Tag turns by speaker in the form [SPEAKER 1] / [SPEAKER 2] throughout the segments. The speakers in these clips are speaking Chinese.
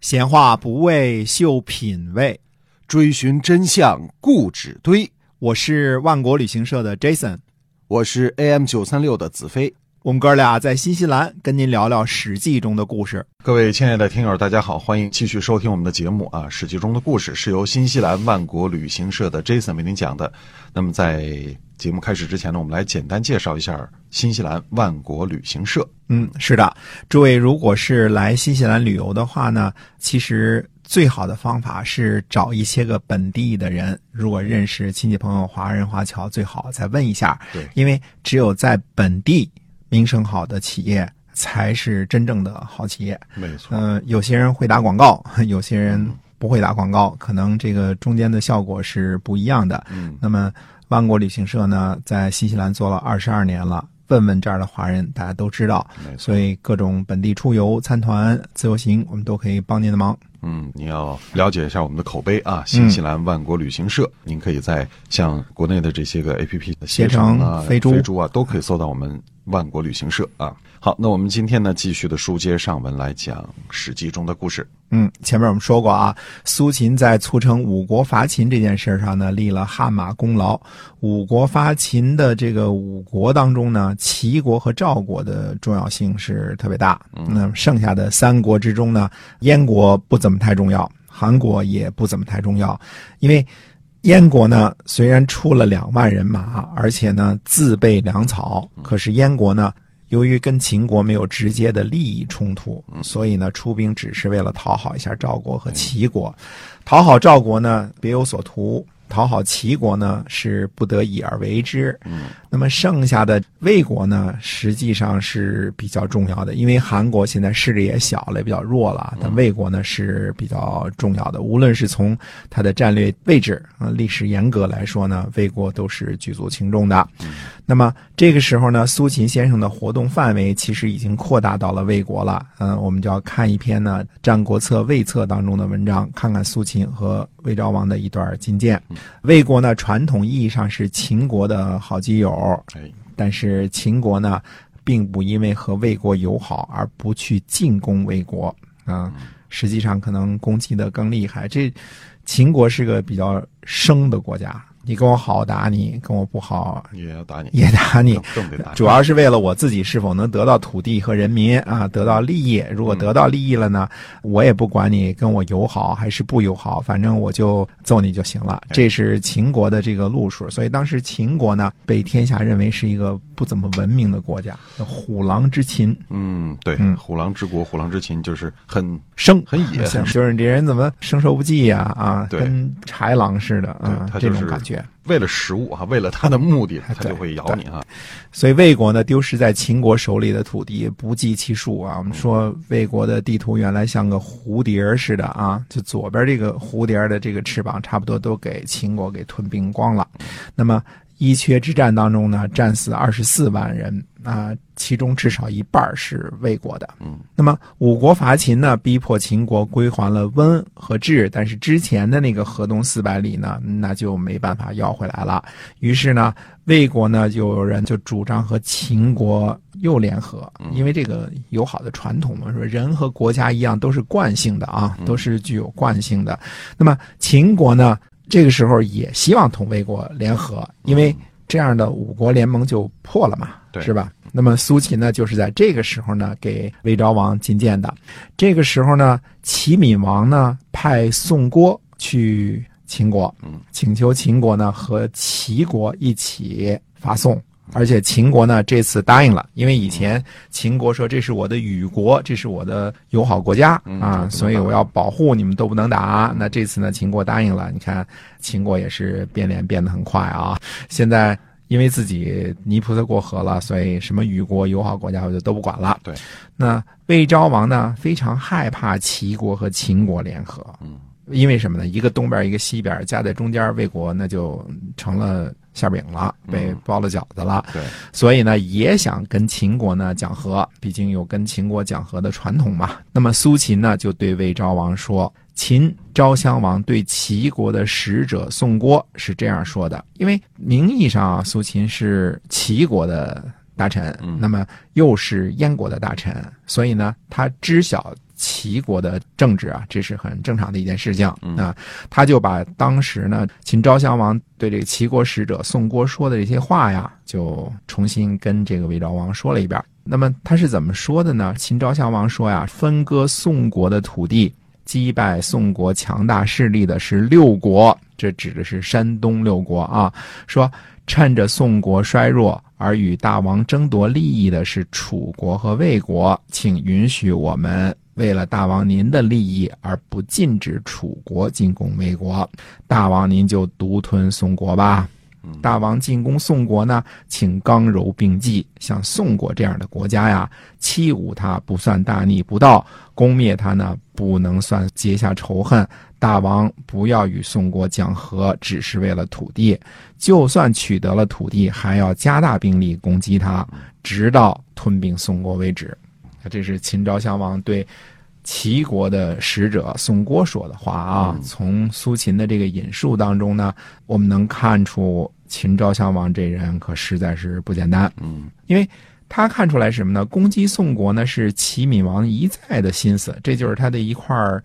[SPEAKER 1] 闲话不为秀品味，
[SPEAKER 2] 追寻真相固执堆。
[SPEAKER 1] 我是万国旅行社的 Jason，
[SPEAKER 2] 我是 AM 九三六的子飞。
[SPEAKER 1] 我们哥俩在新西兰跟您聊聊《史记》中的故事。
[SPEAKER 2] 各位亲爱的听友，大家好，欢迎继续收听我们的节目啊！《史记》中的故事是由新西兰万国旅行社的 Jason 为您讲的。那么在节目开始之前呢，我们来简单介绍一下新西兰万国旅行社。
[SPEAKER 1] 嗯，是的，诸位如果是来新西兰旅游的话呢，其实最好的方法是找一些个本地的人，如果认识亲戚朋友华人华侨，最好再问一下，
[SPEAKER 2] 对，
[SPEAKER 1] 因为只有在本地名声好的企业才是真正的好企业。
[SPEAKER 2] 没错，
[SPEAKER 1] 嗯、有些人会打广告， 有些
[SPEAKER 2] 嗯
[SPEAKER 1] 人不会打广告，可能这个中间的效果是不一样的。
[SPEAKER 2] 嗯，
[SPEAKER 1] 那么万国旅行社呢，在新西兰做了二十二年了。问问这儿的华人，大家都知道，
[SPEAKER 2] 没错，
[SPEAKER 1] 所以各种本地出游、参团、自由行，我们都可以帮您的忙。
[SPEAKER 2] 嗯，你要了解一下我们的口碑
[SPEAKER 1] 嗯
[SPEAKER 2] 啊！新西兰万国旅行社，您可以在像国内的这些个 A P P
[SPEAKER 1] 携
[SPEAKER 2] 程
[SPEAKER 1] 程
[SPEAKER 2] 啊、
[SPEAKER 1] 飞猪
[SPEAKER 2] 啊，都可以搜到我们万国旅行社啊。好，那我们今天呢，继续的书接上文来讲《史记》中的故事。
[SPEAKER 1] 嗯，前面我们说过啊，苏秦在促成五国伐秦这件事上呢，立了汗马功劳。五国伐秦的这个五国当中呢，齐国和赵国的重要性是特别大。那剩下的三国之中呢，燕国不怎么太重要，韩国也不怎么太重要，因为燕国呢虽然出了两万人马，而且呢自备粮草，可是燕国呢由于跟秦国没有直接的利益冲突，所以呢出兵只是为了讨好一下赵国和齐国，讨好赵国呢别有所图，讨好齐国呢是不得已而为之。那么剩下的魏国呢，实际上是比较重要的，因为韩国现在势力也小了，也比较弱了，但魏国呢是比较重要的。无论是从它的战略位置啊、呃历史严格来说呢，魏国都是举足轻重的。那么这个时候呢，苏秦先生的活动范围其实已经扩大到了魏国了。嗯、我们就要看一篇呢《战国策·魏策》当中的文章，看看苏秦和魏昭王的一段觐见。魏国呢，传统意义上是秦国的好基友，
[SPEAKER 2] 哎，
[SPEAKER 1] 但是秦国呢，并不因为和魏国友好而不去进攻魏国啊，实际上可能攻击的更厉害。这秦国是个比较生的国家，你跟我好打你，跟我不好
[SPEAKER 2] 也要打你，
[SPEAKER 1] 也打你
[SPEAKER 2] 更。更得打你。
[SPEAKER 1] 主要是为了我自己是否能得到土地和人民啊，得到利益。如果
[SPEAKER 2] 嗯
[SPEAKER 1] 得到利益了呢，我也不管你跟我友好还是不友好，反正我就揍你就行了。
[SPEAKER 2] 哎
[SPEAKER 1] 这是秦国的这个路数，所以当时秦国呢被天下认为是一个不怎么文明的国家，虎狼之秦，
[SPEAKER 2] 嗯，对，
[SPEAKER 1] 嗯
[SPEAKER 2] 虎狼之国，虎狼之秦就是很
[SPEAKER 1] 生
[SPEAKER 2] 很野，很
[SPEAKER 1] 就是你这人怎么生受不济呀、啊？
[SPEAKER 2] 对
[SPEAKER 1] 跟豺狼似的啊
[SPEAKER 2] 对，他
[SPEAKER 1] 这
[SPEAKER 2] 就是
[SPEAKER 1] 种感觉。
[SPEAKER 2] 为了食物啊，为了他的目的，他
[SPEAKER 1] 哎对
[SPEAKER 2] 就会咬你啊。
[SPEAKER 1] 所以魏国呢，丢失在秦国手里的土地不计其数啊。我们说魏国的地图原来像个蝴蝶儿似的啊，就左边这个蝴蝶儿的这个翅膀，差不多都给秦国给吞并光了。那么伊阙之战当中呢，战死二十四万人啊，其中至少一半儿是魏国的。
[SPEAKER 2] 嗯，
[SPEAKER 1] 那么五国伐秦呢，逼迫秦国归还了温和治，但是之前的那个河东四百里呢，那就没办法要回来了。于是呢，魏国呢就有人就主张和秦国又联合，因为这个友好的传统嘛，说人和国家一样都是惯性的啊，都是具有惯性的。那么秦国呢，这个时候也希望同魏国联合，因为这样的五国联盟就破了嘛，
[SPEAKER 2] 对
[SPEAKER 1] 是吧？那么苏秦呢，就是在这个时候呢，给魏昭王觐见的。这个时候呢，齐闵王呢派宋郭去秦国，
[SPEAKER 2] 嗯，
[SPEAKER 1] 请求秦国呢和齐国一起伐宋。而且秦国呢这次答应了，因为以前秦国说这是我的与国，这是我的友好国家
[SPEAKER 2] 嗯
[SPEAKER 1] 啊，
[SPEAKER 2] 嗯
[SPEAKER 1] 所以我要保护你们都不能打。那这次呢，秦国答应了，你看秦国也是变脸变得很快啊，现在。因为自己泥菩萨过河了，所以什么与国友好国家我就都不管了。
[SPEAKER 2] 对，
[SPEAKER 1] 那魏昭王呢非常害怕齐国和秦国联合，
[SPEAKER 2] 嗯，
[SPEAKER 1] 因为什么呢？一个东边，一个西边，夹在中间，魏国那就成了馅饼了，被包了饺子了。
[SPEAKER 2] 嗯对，
[SPEAKER 1] 所以呢，也想跟秦国呢讲和，毕竟有跟秦国讲和的传统嘛。那么苏秦呢，就对魏昭王说：“秦昭襄王对齐国的使者宋郭是这样说的，因为名义上啊，苏秦是齐国的大臣，
[SPEAKER 2] 嗯
[SPEAKER 1] 那么又是燕国的大臣，所以呢，他知晓齐国的政治啊，这是很正常的一件事情啊、
[SPEAKER 2] 嗯
[SPEAKER 1] 他就把当时呢秦昭襄王对这个齐国使者宋郭说的这些话呀，就重新跟这个魏昭王说了一遍。那么他是怎么说的呢？秦昭襄王说呀，分割宋国的土地，击败宋国强大势力的是六国，这指的是山东六国啊。说趁着宋国衰弱而与大王争夺利益的是楚国和魏国，请允许我们为了大王您的利益而不禁止楚国进攻魏国，大王您就独吞宋国吧
[SPEAKER 2] 嗯。
[SPEAKER 1] 大王进攻宋国呢，请刚柔并济，像宋国这样的国家呀，欺侮他不算大逆不道，攻灭他呢不能算结下仇恨。大王不要与宋国讲和，只是为了土地。就算取得了土地，还要加大兵力攻击他，直到吞并宋国为止。啊，这是秦昭襄王对齐国的使者宋郭说的话啊。从苏秦的这个引述当中呢，我们能看出秦昭襄王这人可实在是不简单。
[SPEAKER 2] 嗯
[SPEAKER 1] 因为他看出来什么呢？攻击宋国呢是齐闵王一再的心思，这就是他的一块儿，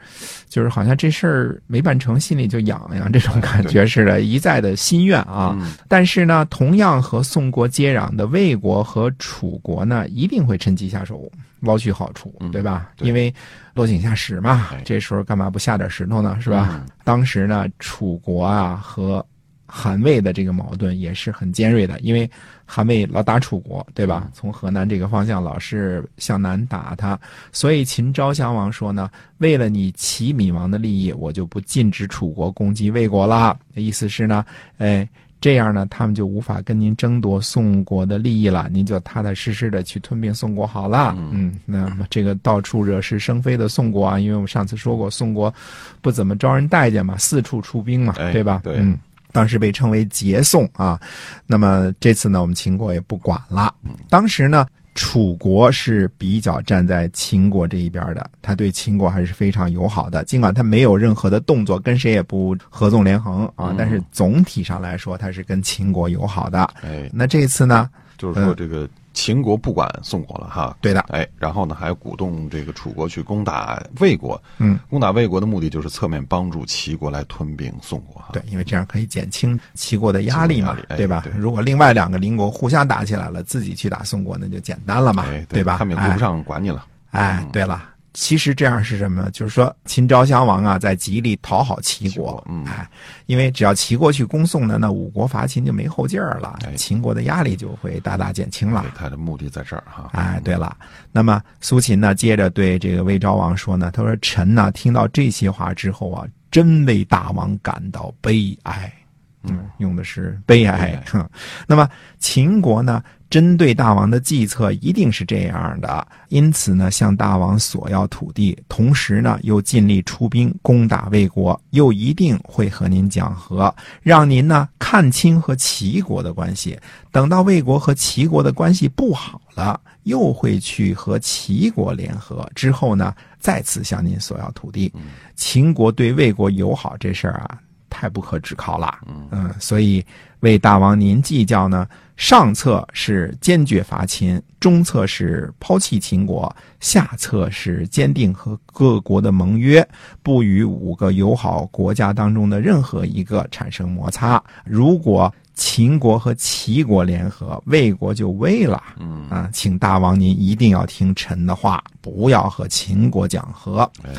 [SPEAKER 1] 就是好像这事儿没办成，心里就痒痒这种感觉似的，一再的心愿啊。
[SPEAKER 2] 嗯
[SPEAKER 1] 但是呢，同样和宋国接壤的魏国和楚国呢，一定会趁机下手，捞取好处，
[SPEAKER 2] 嗯
[SPEAKER 1] 对吧？
[SPEAKER 2] 对
[SPEAKER 1] 因为落井下石嘛
[SPEAKER 2] 哎，
[SPEAKER 1] 这时候干嘛不下点石头呢？是吧？
[SPEAKER 2] 嗯
[SPEAKER 1] 当时呢，楚国啊和韩魏的这个矛盾也是很尖锐的，因为韩魏老打楚国，对吧
[SPEAKER 2] 嗯？
[SPEAKER 1] 从河南这个方向老是向南打他，所以秦昭襄王说呢，为了你齐闵王的利益，我就不禁止楚国攻击魏国啦。意思是呢，哎。这样呢，他们就无法跟您争夺宋国的利益了，您就踏踏实实的去吞并宋国好了。
[SPEAKER 2] 嗯
[SPEAKER 1] 嗯，那么这个到处惹是生非的宋国啊，因为我们上次说过，宋国不怎么招人待见嘛，四处出兵嘛，
[SPEAKER 2] 哎
[SPEAKER 1] 对吧？
[SPEAKER 2] 对
[SPEAKER 1] 嗯，当时被称为节宋啊。那么这次呢，我们秦国也不管了。当时呢，楚国是比较站在秦国这一边的，他对秦国还是非常友好的，尽管他没有任何的动作，跟谁也不合纵连横啊
[SPEAKER 2] 嗯，
[SPEAKER 1] 但是总体上来说，他是跟秦国友好的。
[SPEAKER 2] 哎，
[SPEAKER 1] 那这次呢，
[SPEAKER 2] 就是
[SPEAKER 1] 嗯
[SPEAKER 2] 说这个秦国不管宋国了哈，
[SPEAKER 1] 对的，
[SPEAKER 2] 哎，然后呢还鼓动这个楚国去攻打魏国，
[SPEAKER 1] 嗯，
[SPEAKER 2] 攻打魏国的目的就是侧面帮助齐国来吞并宋国哈，
[SPEAKER 1] 对，，因为这样可以减轻齐国的压力嘛
[SPEAKER 2] 啊齐国的压力，哎
[SPEAKER 1] 对吧？
[SPEAKER 2] 对
[SPEAKER 1] 如果另外两个邻国互相打起来了，自己去打宋国，那就简单了嘛，
[SPEAKER 2] 哎，
[SPEAKER 1] 啊吧？
[SPEAKER 2] 他们也顾不上嗯管你了，
[SPEAKER 1] 哎。哎，对了。其实这样是什么？就是说，秦昭襄王啊，在极力讨好齐
[SPEAKER 2] 齐
[SPEAKER 1] 国
[SPEAKER 2] 国，嗯
[SPEAKER 1] 哎，因为只要齐国去攻宋呢，那五国伐秦就没后劲儿了
[SPEAKER 2] 哎，
[SPEAKER 1] 秦国的压力就会大大减轻了
[SPEAKER 2] 对。他的目的在这儿哈，嗯
[SPEAKER 1] 哎，对了，那么苏秦呢，接着对这个魏昭王说呢，他说：“臣呢听到这些话之后啊，真为大王感到悲哀。”嗯，用的是悲
[SPEAKER 2] 悲
[SPEAKER 1] 哀
[SPEAKER 2] 哀。
[SPEAKER 1] 哼， 那么秦国呢，针对大王的计策一定是这样的，因此呢，向大王索要土地，同时呢，又尽力出兵攻打魏国，又一定会和您讲和，让您呢看清和齐国的关系。等到魏国和齐国的关系不好了，又会去和齐国联合，之后呢，再次向您索要土地。
[SPEAKER 2] 嗯
[SPEAKER 1] 秦国对魏国友好这事儿啊，太不可指考了。
[SPEAKER 2] 嗯
[SPEAKER 1] 所以为大王您计较呢，上策是坚决伐秦，中策是抛弃秦国，下策是坚定和各国的盟约，不与五个友好国家当中的任何一个产生摩擦。如果秦国和齐国联合，魏国就危了。
[SPEAKER 2] 嗯，
[SPEAKER 1] 啊，请大王您一定要听臣的话，不要和秦国讲和。
[SPEAKER 2] 哎。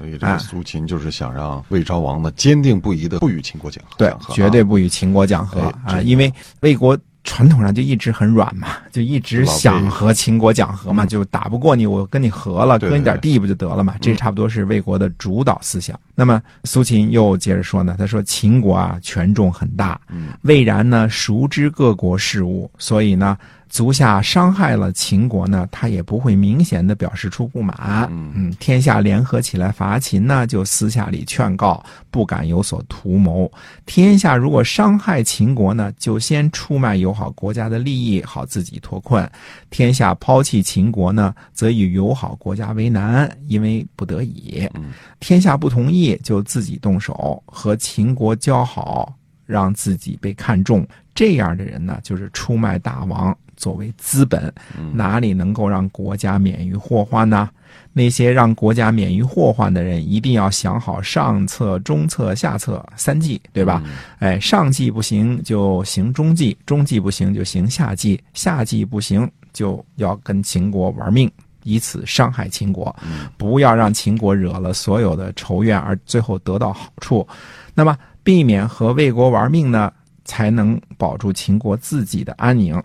[SPEAKER 2] 所以这个
[SPEAKER 1] 哎
[SPEAKER 2] 苏秦就是想让魏昭王呢坚定不移的不与秦国讲和，
[SPEAKER 1] 对
[SPEAKER 2] 讲，和啊
[SPEAKER 1] 绝对不与秦国讲和
[SPEAKER 2] 哎这
[SPEAKER 1] 啊，
[SPEAKER 2] 个
[SPEAKER 1] 因为魏国传统上就一直很软嘛，就一直想和秦国讲和嘛，就打不过你，我跟你和了，
[SPEAKER 2] 嗯对嗯
[SPEAKER 1] 割你点地不就得了嘛？这差不多是魏国的主导思想。那么苏秦又接着说呢，他说秦国啊权重很大，
[SPEAKER 2] 嗯
[SPEAKER 1] 魏然呢熟知各国事务，所以呢。足下伤害了秦国呢，他也不会明显的表示出不满。
[SPEAKER 2] 嗯
[SPEAKER 1] 嗯，天下联合起来伐秦呢，就私下里劝告，不敢有所图谋。天下如果伤害秦国呢，就先出卖友好国家的利益，好自己脱困；天下抛弃秦国呢，则与友好国家为难，因为不得已。
[SPEAKER 2] 嗯
[SPEAKER 1] 天下不同意，就自己动手和秦国交好，让自己被看重。这样的人呢，就是出卖大王作为资本，哪里能够让国家免于祸患呢？那些让国家免于祸患的人，一定要想好上策、中策、下策三计，对吧？
[SPEAKER 2] 嗯
[SPEAKER 1] 哎，上计不行就行中计，中计不行就行下计，下计不行就要跟秦国玩命，以此伤害秦国。不要让秦国惹了所有的仇怨，而最后得到好处。那么，避免和魏国玩命呢，才能保住秦国自己的安宁。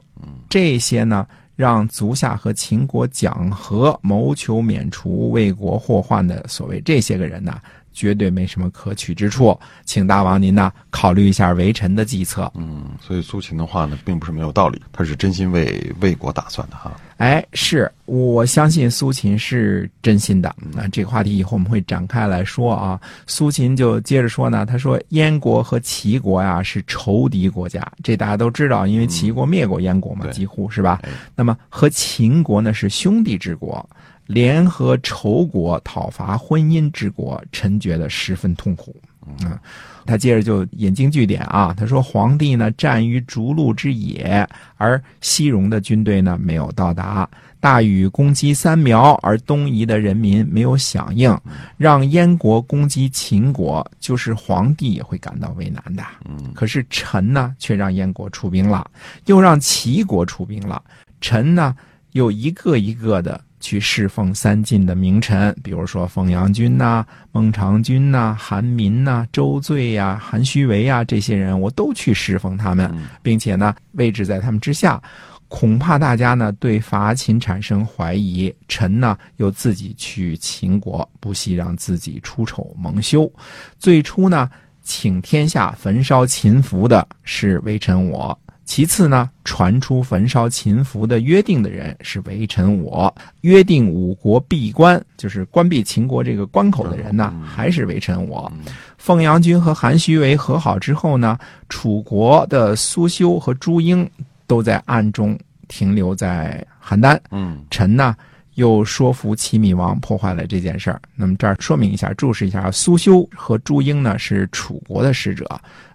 [SPEAKER 1] 这些呢，让足下和秦国讲和，谋求免除魏国祸患的所谓这些个人呢，绝对没什么可取之处。请大王您呢考虑一下为臣的计策。
[SPEAKER 2] 嗯，所以苏秦的话呢，并不是没有道理，他是真心为魏国打算的哈。
[SPEAKER 1] 哎，是我相信苏秦是真心的。
[SPEAKER 2] 嗯
[SPEAKER 1] 那这个话题以后我们会展开来说啊。苏秦就接着说呢，他说燕国和齐国呀、是仇敌国家，这大家都知道，因为齐国灭过燕国嘛，
[SPEAKER 2] 嗯对
[SPEAKER 1] 几乎是吧
[SPEAKER 2] 哎？
[SPEAKER 1] 那么和秦国呢是兄弟之国，联合仇国讨伐婚姻之国，臣觉得十分痛苦。
[SPEAKER 2] 哦
[SPEAKER 1] 嗯，他接着就引经据典啊，他说皇帝呢战于逐鹿之野，而西戎的军队呢没有到达。大禹攻击三苗，而东夷的人民没有响应，让燕国攻击秦国，就是皇帝也会感到为难的。
[SPEAKER 2] 嗯，
[SPEAKER 1] 可是臣呢，却让燕国出兵了，又让齐国出兵了。臣呢，又一个一个的去侍奉三晋的名臣，比如说凤阳君呐、孟尝君呐、韩民呐、周罪呀、韩须为呀、这些人，我都去侍奉他们，并且呢，位置在他们之下。恐怕大家呢对伐秦产生怀疑，臣呢又自己去秦国，不惜让自己出丑蒙羞。最初呢，请天下焚烧秦服的是微臣我；其次呢，传出焚烧秦服的约定的人是微臣我；约定五国闭关，就是关闭秦国这个关口的人呢，还是微臣我。
[SPEAKER 2] 嗯
[SPEAKER 1] 凤阳君和韩须为和好之后呢，楚国的苏修和朱英都在暗中停留在邯郸。
[SPEAKER 2] 嗯，
[SPEAKER 1] 臣呢又说服齐闵王破坏了这件事儿。那么这儿说明一下，注释一下，苏修和朱英呢是楚国的使者，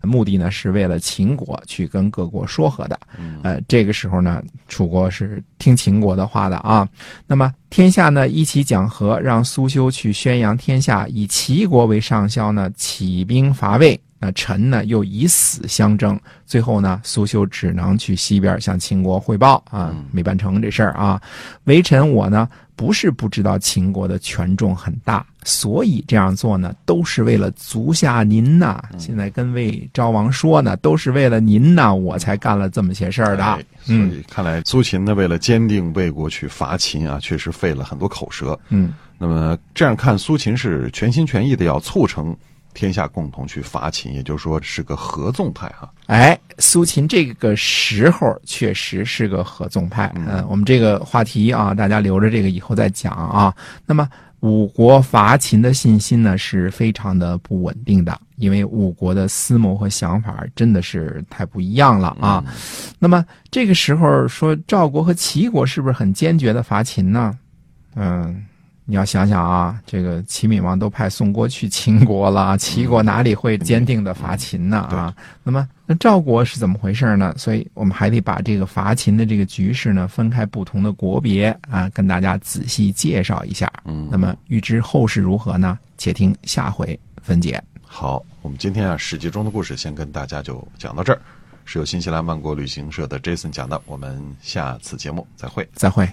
[SPEAKER 1] 目的呢是为了秦国去跟各国说和的。呃，这个时候呢，楚国是听秦国的话的啊。那么天下呢一起讲和，让苏修去宣扬天下，以齐国为上肖呢起兵伐魏。那臣呢又以死相争，最后呢苏修只能去西边向秦国汇报啊
[SPEAKER 2] 嗯，
[SPEAKER 1] 没办成这事儿啊。微臣我呢不是不知道秦国的权重很大，所以这样做呢都是为了足下您呐。
[SPEAKER 2] 嗯
[SPEAKER 1] 现在跟魏昭王说呢，都是为了您呐，我才干了这么些事儿的。
[SPEAKER 2] 哎所以看来苏秦呢，为了坚定魏国去伐秦啊，确实费了很多口舌。
[SPEAKER 1] 嗯，
[SPEAKER 2] 那么这样看，苏秦是全心全意的要促成天下共同去伐秦，也就是说是个合纵派哈、
[SPEAKER 1] 哎，苏秦这个时候确实是个合纵派。嗯、我们这个话题啊，大家留着这个以后再讲啊。那么。五国伐秦的信心呢是非常的不稳定的，因为五国的思谋和想法真的是太不一样了啊。那么这个时候说赵国和齐国是不是很坚决的伐秦呢？嗯，你要想想啊，这个齐闵王都派宋国去秦国了，齐国哪里会坚定的伐秦呢？啊，那么那赵国是怎么回事呢？所以我们还得把这个伐秦的这个局势呢，分开不同的国别啊，跟大家仔细介绍一下。
[SPEAKER 2] 嗯
[SPEAKER 1] 那么预知后事如何呢？且听下回分解。
[SPEAKER 2] 好，我们今天啊《史记》中的故事先跟大家就讲到这儿，是由新西兰万国旅行社的 Jason 讲的，我们下次节目再会。
[SPEAKER 1] 再会。